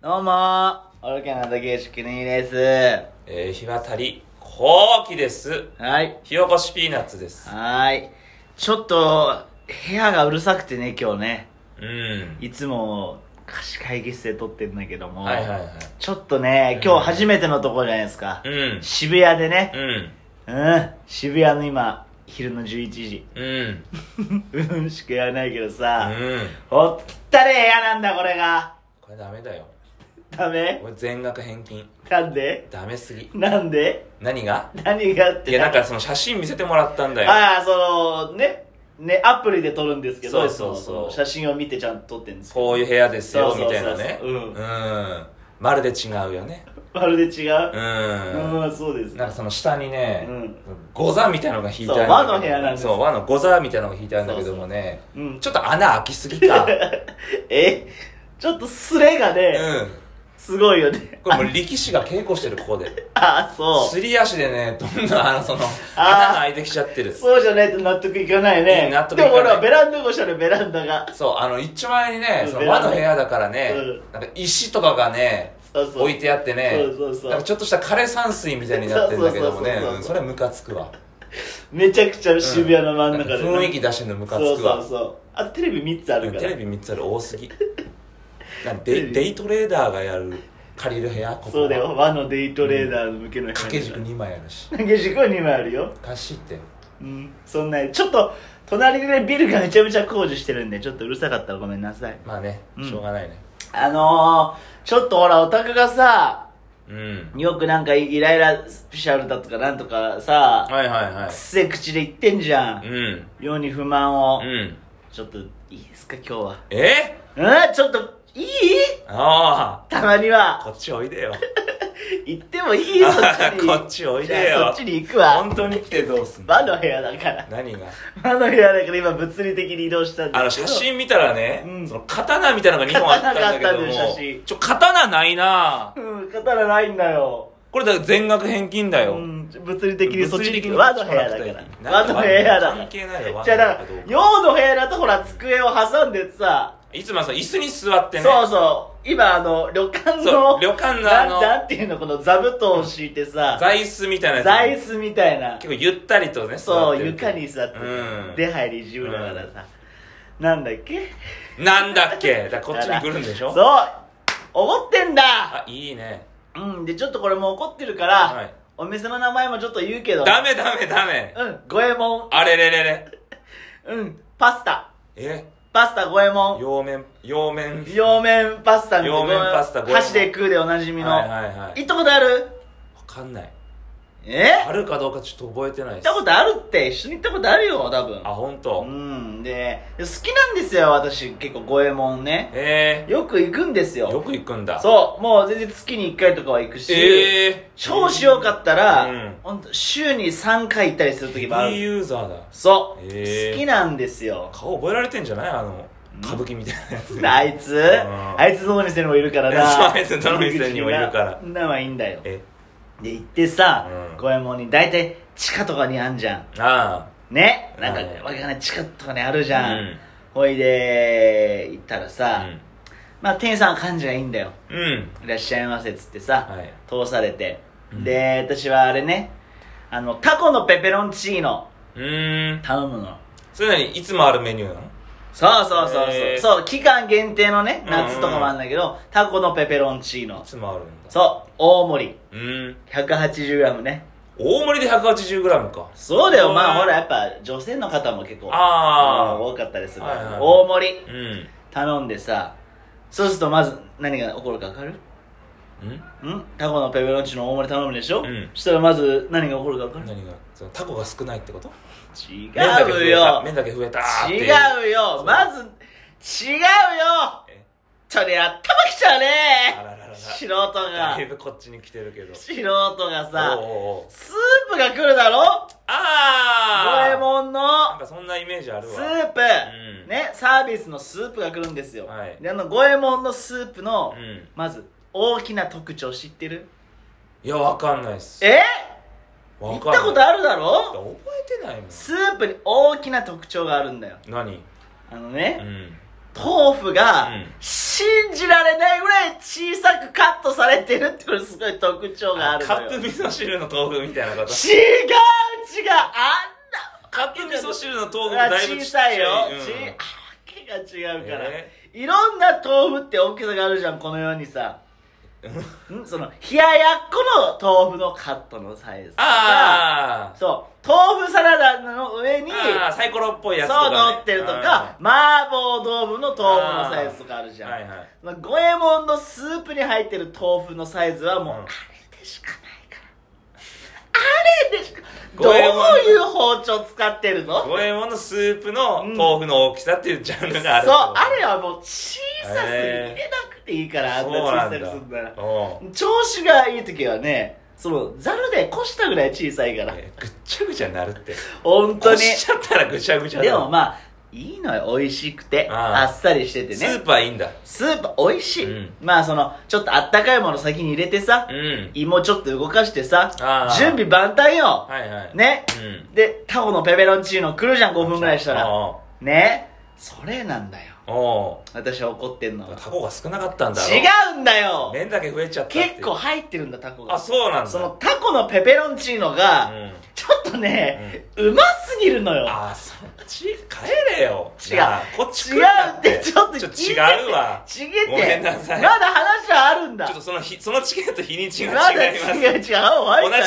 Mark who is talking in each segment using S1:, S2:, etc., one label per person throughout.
S1: どうもオルケの竹内くにで
S2: えー、日渡り、後期です。
S1: す。はい。
S2: 火起こしピーナッツです。
S1: はーい。ちょっと、部屋がうるさくてね、今日ね。
S2: うん。
S1: いつも、貸し会議室で撮ってるんだけども。
S2: はいはいはい。
S1: ちょっとね、今日初めてのところじゃないですか。
S2: うん。
S1: 渋谷でね。
S2: うん。
S1: うん。渋谷の今、昼の11時。
S2: うん。
S1: うんしかやらないけど
S2: う
S1: さ。
S2: ん。
S1: おっ汚ねえ部屋なんだ、これが。
S2: これダメだよ。
S1: ダメ
S2: これ全額返金。
S1: なんで
S2: ダメすぎ。
S1: なんで
S2: 何が
S1: 何がって
S2: いや、なんかその写真見せてもらったんだよ。
S1: ああ、その、ね、ね、アプリで撮るんですけど、
S2: そうそうそう
S1: の写真を見てちゃんと撮ってるんですけど
S2: こういう部屋ですよ、
S1: そう
S2: み
S1: そう
S2: た
S1: そう
S2: い
S1: そう
S2: なね。
S1: うん
S2: んまるで違うよね。
S1: まるで違
S2: う
S1: う。うん、
S2: ん。
S1: そうです
S2: なんかその下にね
S1: うん、
S2: ゴザみたいなのが引いてある
S1: そう和の部屋なんです
S2: そう、和のゴザみたいなのが引いてあるんだけどもね。
S1: うん。
S2: ちょっと穴開きすぎか。
S1: えちょっとスレがね、
S2: うん。
S1: すごいよね。
S2: これもう力士が稽古してる、ここで。
S1: ああ、そ
S2: すり足でね、どんどん、あの、その、
S1: あー
S2: 穴が開いてきちゃって
S1: う。
S2: る。
S1: そうじゃないと納得いかないね。
S2: うん納得いかない
S1: でもほら、ベランダ越しゃね、ベランダが。
S2: そう、あの、一丁前にね
S1: う、ん
S2: その和の部屋だからね
S1: う、
S2: なんか石とかがね、
S1: そうそう。
S2: 置いてあってね
S1: そうそう、そう
S2: なんかちょっとした枯山水みたいになってるんだけどもね
S1: そうそうそうそう、
S2: うんそれはムカつくわ。
S1: めちゃくちゃ渋谷の真ん中で、
S2: うんなんか雰囲気出してんのムカ
S1: そ
S2: つ
S1: う
S2: く
S1: そう
S2: わ。
S1: そう。あ、テレビ3つあ
S2: う
S1: る
S2: ん
S1: から。
S2: テレビ3つある多すぎ。なんか
S1: テレ
S2: デ
S1: ビ
S2: イデイトレーダーがやる、借りる部屋ここは
S1: そうだよ。和のデイトレーダーの向けの部屋
S2: 掛け軸2枚あるし。
S1: 掛け軸は2枚あるよ。
S2: 貸しって。
S1: うん、そんな、ちょっと、隣でね、ビルがめちゃめちゃ工事してるんで、ちょっとうるさかったらごめんなさい。
S2: まあね、
S1: うん
S2: しょうがないね。
S1: あのー、ちょっとほら、オタクがさ、
S2: うん。
S1: よくなんかイライラスペシャルだとかなんとかさ、
S2: はいはいは
S1: くっせえ口で言ってんじゃ
S2: い。
S1: ん。
S2: うん。
S1: 世に不満を。
S2: うん。
S1: ちょっと、いいですか、今日は。
S2: え
S1: うん、ちょっと、いい
S2: あ
S1: たまに
S2: あ、
S1: は。
S2: こっちおいでよ。
S1: 行っても いいそっちに。
S2: こっちおいでよ
S1: じゃあそっちに行くわ。
S2: 本当に来てどうすんの
S1: 和の部屋だから。
S2: 何が
S1: 和の部屋だから今物理的に移動したんですけど。
S2: あの写真見たらね、
S1: うん
S2: その刀みたいなのが2本あったんだけど
S1: 刀があったんだよ写真
S2: も、ちょ、刀ないなぁ
S1: うん、刀ないんだよ。
S2: これだから全額返金だよ。
S1: うん、物理的にそっちに
S2: 和
S1: 和の部屋だから和
S2: 和
S1: の部屋だ
S2: 関係ないよ、和
S1: じゃあだから
S2: よ。
S1: 洋の部屋だとほら机を挟んでさ、
S2: いつもその椅子に座ってね、
S1: そうそう今あの旅館
S2: そ
S1: の
S2: う旅館の
S1: な
S2: あ
S1: ん
S2: の、
S1: なんていうのこの座布団を敷いてさ
S2: 座椅子みたいなやつ。
S1: 座椅子みたいな
S2: 結構ゆったりとね、座
S1: そ
S2: って
S1: う
S2: る
S1: 床に座って
S2: うん
S1: 出入り自由だからさ、なんだっけ
S2: なんだっけだからこっちに来るんでし
S1: そう
S2: ょ
S1: 怒ってんだ
S2: あ、いいね。
S1: うんでちょっとこれもう怒ってるから、
S2: はい
S1: お店の名前もちょっと言うけど
S2: ダメダメダメ。
S1: うん五右衛門
S2: あれれれれ。
S1: うんパスタ
S2: え
S1: パスタ五右衛門
S2: 洋麺、洋麺。
S1: 両面パスタみたいな
S2: 両面パスタごめん
S1: 箸で食うでおなじみの、
S2: はいはいはい。
S1: 行ったことある
S2: わかんない。
S1: え行
S2: あるかどうかちょっと覚えてないで
S1: っ
S2: す
S1: た。ことあるって一緒に行ったことあるよ多分
S2: あ、ほん
S1: う
S2: と。
S1: んでで好きなんですよ私結構五右衛門ね
S2: え
S1: よく行くんです
S2: ー。よ
S1: よ
S2: く行くんだ。
S1: そうもう全然月に1回とかは行くし、
S2: えー。
S1: 超よかったら、
S2: うん
S1: ほんと週に3回行ったりする時
S2: ヘビ
S1: もあ
S2: ー
S1: る
S2: ユーザーだ。
S1: そう、
S2: えー
S1: 好きなんですよ
S2: 顔覚えられてんじゃないあの、歌舞伎みたいな
S1: あ
S2: やつ。
S1: いつ
S2: ん
S1: あいつどの店にもいるから
S2: そう
S1: な
S2: あいつどの店にもいるか ら
S1: そんなんはいいんだよ
S2: え、
S1: で行ってさ、
S2: うん
S1: 五右衛門に大体地下とかにあんじゃん
S2: あ
S1: ねなんか、
S2: うん
S1: わけがない地下とかにあるじ
S2: あ。
S1: ゃん、ほいで行ったらさ、まあ店員さんは感じがいいんだよ
S2: うん。うん。
S1: いらっしゃいませっつってさ、
S2: はい。
S1: 通されて、
S2: うん
S1: で私はあれねあのタコのペペロンチーノ
S2: うーん。
S1: 頼むの
S2: それなにいつもあるメニューなの
S1: そうそうそうそう、
S2: へー
S1: そう期間限定のね
S2: うんうん
S1: 夏とかもあるんだけど、タコのペペロンチーノ
S2: いつもあるんだ。
S1: そう大盛り
S2: うーん。
S1: 180g ね
S2: 大盛りで 180g か。
S1: そうだよ、
S2: そうね
S1: まあほらやっぱ女性の方も結構
S2: あー
S1: うん多かったりするから、
S2: はいはいはい
S1: 大盛り
S2: うん。
S1: 頼んでさそうするとまず何が起こるか分かる
S2: うん
S1: んタコのペペロンチーノ大盛り頼むでしょ、
S2: うん
S1: そしたらまず何が起こるか分かる
S2: 何がそのタコが少ないってこと
S1: 違うよ
S2: 麺だけ増えた麺だけ増えたってい
S1: 違うよまず違うよ
S2: え
S1: そりゃ頭きちゃう
S2: あ
S1: ね
S2: らららら
S1: 素人が
S2: だいぶこっちに来てるけど
S1: 素人が
S2: おう
S1: さ
S2: おうおう
S1: スープが来るだろド
S2: あ
S1: ラえ
S2: あ
S1: もん
S2: なん
S1: の
S2: かそんなイメージある
S1: ス
S2: わ
S1: ープ、
S2: うん
S1: ねサービスのスープが来るんですよ、
S2: はい
S1: であの五右衛門のスープの、
S2: うん
S1: まず大きな特徴知ってる
S2: いやわかんないっす
S1: え行
S2: わ
S1: っ
S2: かんない
S1: たことあるだろ
S2: 覚えてないもん
S1: スープに大きな特徴があるんだよ
S2: 何
S1: あのね、
S2: うん
S1: 豆腐が
S2: うん
S1: 信じられないぐらい小さカットされてるってこれすごい特徴があるの
S2: カ
S1: よ
S2: ップ味噌汁の豆腐みたい なこと
S1: 違う違うあんな
S2: カップ味噌汁の豆腐も
S1: あ
S2: だいぶ
S1: 小さいよ、
S2: うん
S1: ちあわけが違うから、
S2: え
S1: いろんな豆腐って大きさがあるじゃんこのようにさんその冷ややっこの豆腐のカットのサイズとか
S2: あー
S1: そう豆腐サラダの上に
S2: あーサイコロっぽいやつとか、
S1: そう
S2: ね、
S1: 乗ってるとか麻婆豆腐の豆腐のサイズとかある
S2: うん
S1: じゃん、
S2: はいはい
S1: まあ、五右衛門のスープに入ってる豆腐のサイズはもう、
S2: うん
S1: あれでしかないからあれでしか
S2: 五
S1: どう
S2: 右衛門の
S1: いう包丁使ってるの
S2: 五右衛門のスープの豆腐の大きさっていうジャンルがある
S1: そうあれはもう小さすぎ
S2: へー
S1: 入れなくていいからあんな
S2: そう
S1: 小
S2: な
S1: さ
S2: ん
S1: く
S2: だ
S1: すんなら
S2: おう
S1: 調子がいい時はねそのざるでこしたぐらい小さいから
S2: えぐっちゃぐちゃになるって
S1: 本当
S2: こ
S1: に
S2: しちゃったらぐちゃぐちゃだ
S1: でもまあいいのよ美味しくて
S2: あー
S1: あっさりしてて
S2: スー
S1: ね
S2: プはいいんだ
S1: スープ美味しい、
S2: うん
S1: まあそのちょっとあったかいもの先に入れてさ
S2: うん
S1: 芋ちょっと動かしてさ
S2: あー
S1: 準備万端よ
S2: はいはい
S1: ね
S2: うん
S1: でタコのペペロンチーノ来るじゃん5分ぐらいしたら
S2: お
S1: ねそれなんだよ
S2: うお
S1: 私は怒ってんの
S2: う
S1: は
S2: タコが少なかったんだろ
S1: 違うんだよ
S2: 麺だけ増えちゃったっていう
S1: 結構入ってるんだタコが
S2: あそうなんだ
S1: そのタコのペペロンチーノ
S2: う
S1: が
S2: ん
S1: ちょっとねうますぎるのよ
S2: あーそっち帰れよ
S1: 違う
S2: なあこっち
S1: 違
S2: 来
S1: う
S2: るな
S1: ってちょっと
S2: ちょっと
S1: 聞いて
S2: 違うわ
S1: ちげ
S2: ごめ
S1: て
S2: んなさい
S1: まだ話はあるんだ
S2: ちょっとその日そのチケット日にちが
S1: まだ
S2: 違い
S1: 違
S2: ます
S1: う違う入った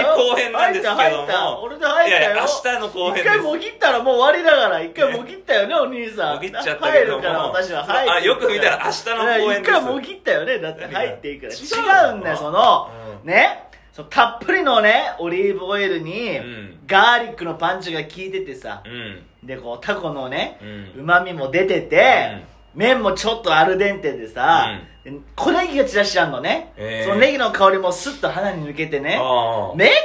S1: よ
S2: 同じ公園なんですけども
S1: 入った入った俺で入
S2: い
S1: ったよ
S2: やいや明日の公演で
S1: 一
S2: す
S1: 回もぎったらもう終わりだから一回もぎったよねお兄さん
S2: もぎっちゃったけども
S1: 入るから私は入る
S2: あよく見たら明日の公演です
S1: 一回もぎったよねだって入っていいから
S2: 何が
S1: 違うんだよその
S2: うん
S1: ねそのたっぷりのねオリーブオイルに
S2: うん
S1: ガーリックのパンチが効いててさ
S2: うん
S1: でこうタコのね
S2: うん
S1: うまみも出てて麺もちょっとアルデンテでさで小ネギが散らしてあんのね
S2: えー
S1: そのネギの香りもスッと鼻に抜けてね
S2: ああ
S1: めちゃ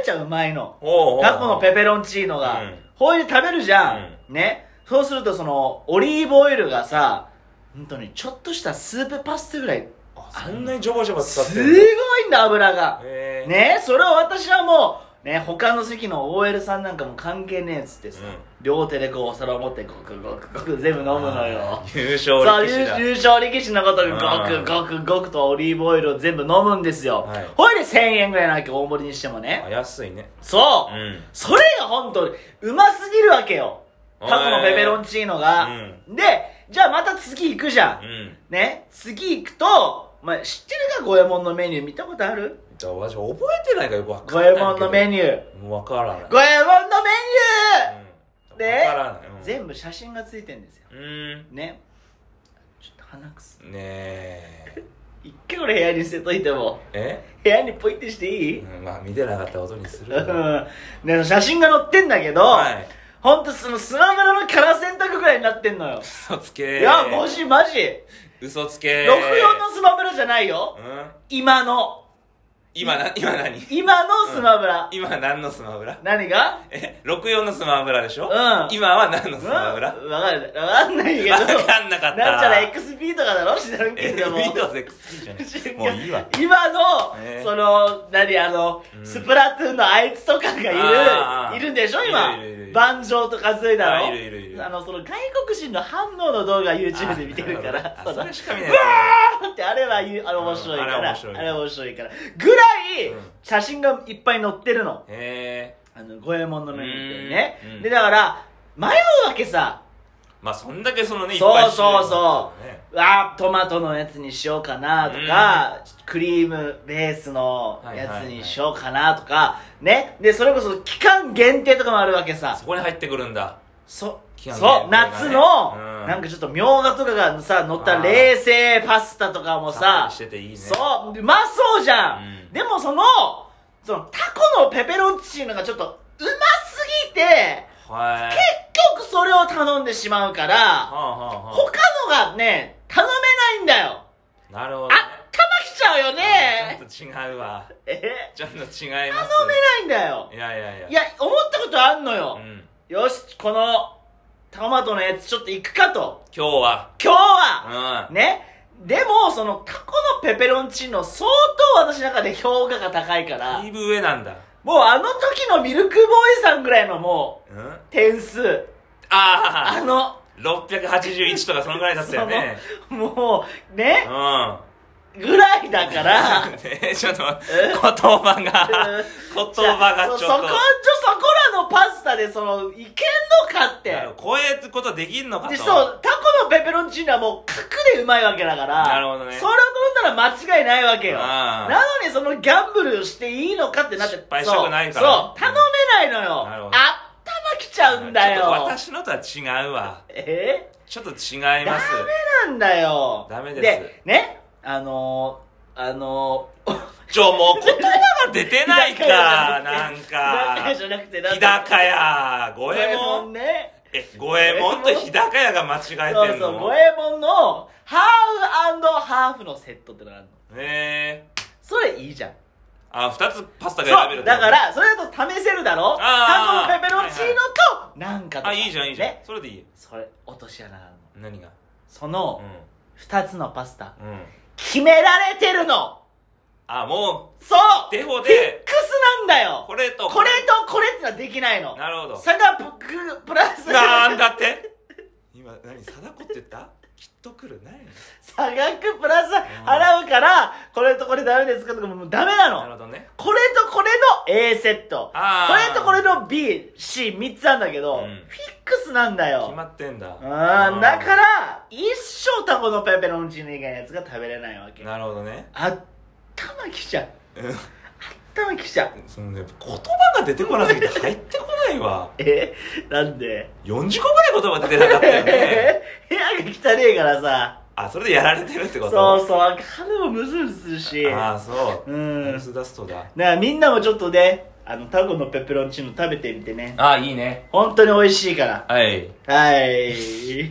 S1: めちゃうまいの
S2: おうおう
S1: タコのペペロンチーノが、
S2: うん
S1: ほいで食べるじゃん、ねそうするとそのオリーブオイルがさ本当にちょっとしたスープパスタぐらい
S2: あそんなにジョバジョバ使って
S1: す
S2: ん
S1: ご
S2: の
S1: いんだ油が、
S2: へえ
S1: ねそれを私はもうね他の席の OL さんなんかも関係ねえっつってさ、
S2: うん
S1: 両手でこうお皿を持ってゴクゴクゴク全部飲むのよ
S2: 優
S1: そ
S2: 勝
S1: う
S2: 力
S1: 優
S2: 士だ
S1: 優勝力士のこと
S2: うん
S1: がごくごくごくとオリーブオイルを全部飲むんですよ、
S2: はい
S1: ほいで1000円ぐらいなわけ大盛りにしてもね
S2: あ安いね
S1: そう、
S2: うん
S1: それが本当にうますぎるわけよタコのペペロンチーノが、でじゃあまた次行くじゃん、
S2: うん
S1: ね次行くとお前知ってるか五右衛門のメニュー見たことある
S2: じゃあわし覚えてないからよくわ
S1: 五
S2: かん
S1: 右
S2: ない
S1: 衛門のメニュー
S2: ニューわからない
S1: 五右衛門のメ
S2: うん
S1: で
S2: わからない
S1: ニュ
S2: う
S1: ー
S2: ん
S1: 全部写真がついてんですよ
S2: うん
S1: ねちょっと鼻くす
S2: ねえ
S1: 一回俺部屋に捨てといても
S2: え
S1: 部屋にポイってしていい、
S2: うんまあ見てなかったことにする
S1: う
S2: よ
S1: んね、写真が載ってんだけど、
S2: はい
S1: ほんとそのスマブラのキャラ選択ぐらいになってんのよ、
S2: 嘘つけ
S1: いやマジマジ、
S2: 嘘つけ
S1: 64のスマブラじゃないよ
S2: うん
S1: 今の
S2: 今な今何
S1: 今のスマブラ、
S2: 今何のスマブラ
S1: 何が
S2: え64のスマブラでしょ
S1: うん
S2: 今は何のスマブラ
S1: うんわかるわかんないけど
S2: わかんなかった
S1: なんちゃら XP とかだろ知らんけ
S2: え
S1: ども
S2: WindowsXP じ ゃないもういいわ
S1: 今の、
S2: ね
S1: その何あの、
S2: うん
S1: スプラトゥーンのあいつとか
S2: あ
S1: が
S2: ー
S1: いるいるんでしょ今
S2: いるいるいる
S1: 盤上とかそういうだろ
S2: あいるいるいる
S1: あのその外国人の反応の動画 YouTube で見てるから
S2: あ
S1: そ
S2: そ
S1: の
S2: れしか見ないう
S1: わーってあれはゆあれ面白いから、
S2: うんあれ面白い
S1: あれ面白いからぐらい
S2: うん
S1: 写真がいっぱい載ってるの
S2: へえ
S1: あの五右衛門のメニューってね
S2: うん
S1: でだから迷うわけさ
S2: まあそんだけそのねいっ
S1: そう
S2: ぱい種類
S1: そうそ
S2: あるからね
S1: わあトマトのやつにしようかなとか、クリームベースのやつにしようかなとか、ねでそれこそ期間限定とかもあるわけさ
S2: そこに入ってくるんだ
S1: そ
S2: 期間限定
S1: そう
S2: とかね
S1: 夏の、
S2: うん
S1: なんかちょっとみょうがとかがさ乗った
S2: あー
S1: 冷製パスタとかも
S2: さっぱ
S1: さ
S2: りしてていいね
S1: そううまそうじゃん、
S2: うん
S1: でもそのそのタコのペペロンチーノがちょっとうますぎて
S2: はい
S1: 結局それを頼んでしまうから
S2: はあはあは
S1: 他のがね頼めないんだよ
S2: あなるほ
S1: あ
S2: ど
S1: っ
S2: ね
S1: たまきちゃうよね
S2: ちょっと違うわ
S1: え
S2: ちょっと違います頼め
S1: ないんだよ
S2: いやいやいや
S1: いや思ったことあんのよ
S2: う、ん
S1: よしこのトマトのやつちょっといくかと
S2: 今日は
S1: 今日は、
S2: う
S1: ねでもそのタコのペペロンチーノ相当私の中で評価が高いから
S2: んだいぶ上なんだ
S1: もうあの時のミルクボーイさんぐらいのも
S2: うんあ
S1: う点数
S2: あ
S1: あの
S2: 681とかそのぐらいだったよね
S1: そのもうね
S2: うん
S1: ぐらいだから、
S2: ねちょっと
S1: え
S2: 言葉が 言葉がち
S1: そそこ
S2: ょっ
S1: ん
S2: と
S1: ちょそこらのパスタでそのいけんのかって
S2: なるほどこういうことできんのかと
S1: でそうタコのペペロンチーノはもう格でうまいわけだから
S2: なるほどね
S1: それを飲んだら間違いないわけよ
S2: あ
S1: な
S2: ー
S1: のにそのギャンブルしていいのかってなって
S2: 失敗したくないから
S1: そうそう頼めないのよ
S2: なる
S1: あ
S2: ほ
S1: っ
S2: ど
S1: たまきちゃうんだ
S2: ちょっと
S1: よ
S2: 私のとは違うわ
S1: え
S2: ちょっと違います
S1: なんだよ
S2: ダメです
S1: ねあのー、あのー、
S2: ちょもう言葉が出てないか なん
S1: 日高屋
S2: か
S1: じゃなくて
S2: 日
S1: なんか
S2: 高屋五右衛門
S1: ね
S2: え五右衛門と日高屋が間違
S1: そ
S2: えて
S1: うんそう
S2: の
S1: 五右衛門のハーフハーフのセットってのがあるの
S2: えー
S1: それいいじゃん
S2: あ二つパスタが選べ
S1: そ
S2: る
S1: うだからそれだと試せるだろ
S2: あ
S1: タ
S2: ー
S1: コのペペロンチーノと、なんかとか
S2: あいいじゃんいいじゃん
S1: ね、
S2: それでいい
S1: それ落とし穴があるの
S2: 何が
S1: その
S2: う
S1: 2つのパスタ
S2: んうん
S1: 決められてるの
S2: あも
S1: そう
S2: うデフォ
S1: フィッ
S2: で
S1: クスなんだよ
S2: これと
S1: これとこれってのはできないの
S2: なるほど
S1: 差がプクプラス
S2: なんだって今何貞子って言ったきっと来る何
S1: 差額プラス払うからこれとこれダメですかとかもうダメなの
S2: なるほどね
S1: これとこれの A セット。
S2: あ
S1: これ
S2: ー
S1: とこれの B、C、3つあんだけど、
S2: うん
S1: フィックスなんだ
S2: 決
S1: よ。
S2: まってんだ
S1: あーだからら、一生タコのペペロンチーノ以外のやつが食べれないわけ。
S2: なるほどね
S1: 頭きちゃう。
S2: うん
S1: 頭きちゃう。
S2: そのね言葉が出てこなすぎて入ってこないわ
S1: えなんで
S2: 40個ぐらい言葉出てなかったよ ね
S1: え部屋が汚えからさ。
S2: あそれでやられてるってこと
S1: そうそう、金もムズムズするし。
S2: ああそう
S1: うん
S2: ハウスダストだ
S1: だからみんなもちょっとね、あの、タコのペペロンチーノ食べてみてね。
S2: ああいいね
S1: 本当に美味しいから。
S2: はい
S1: はい。イ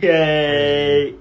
S1: ェーイ。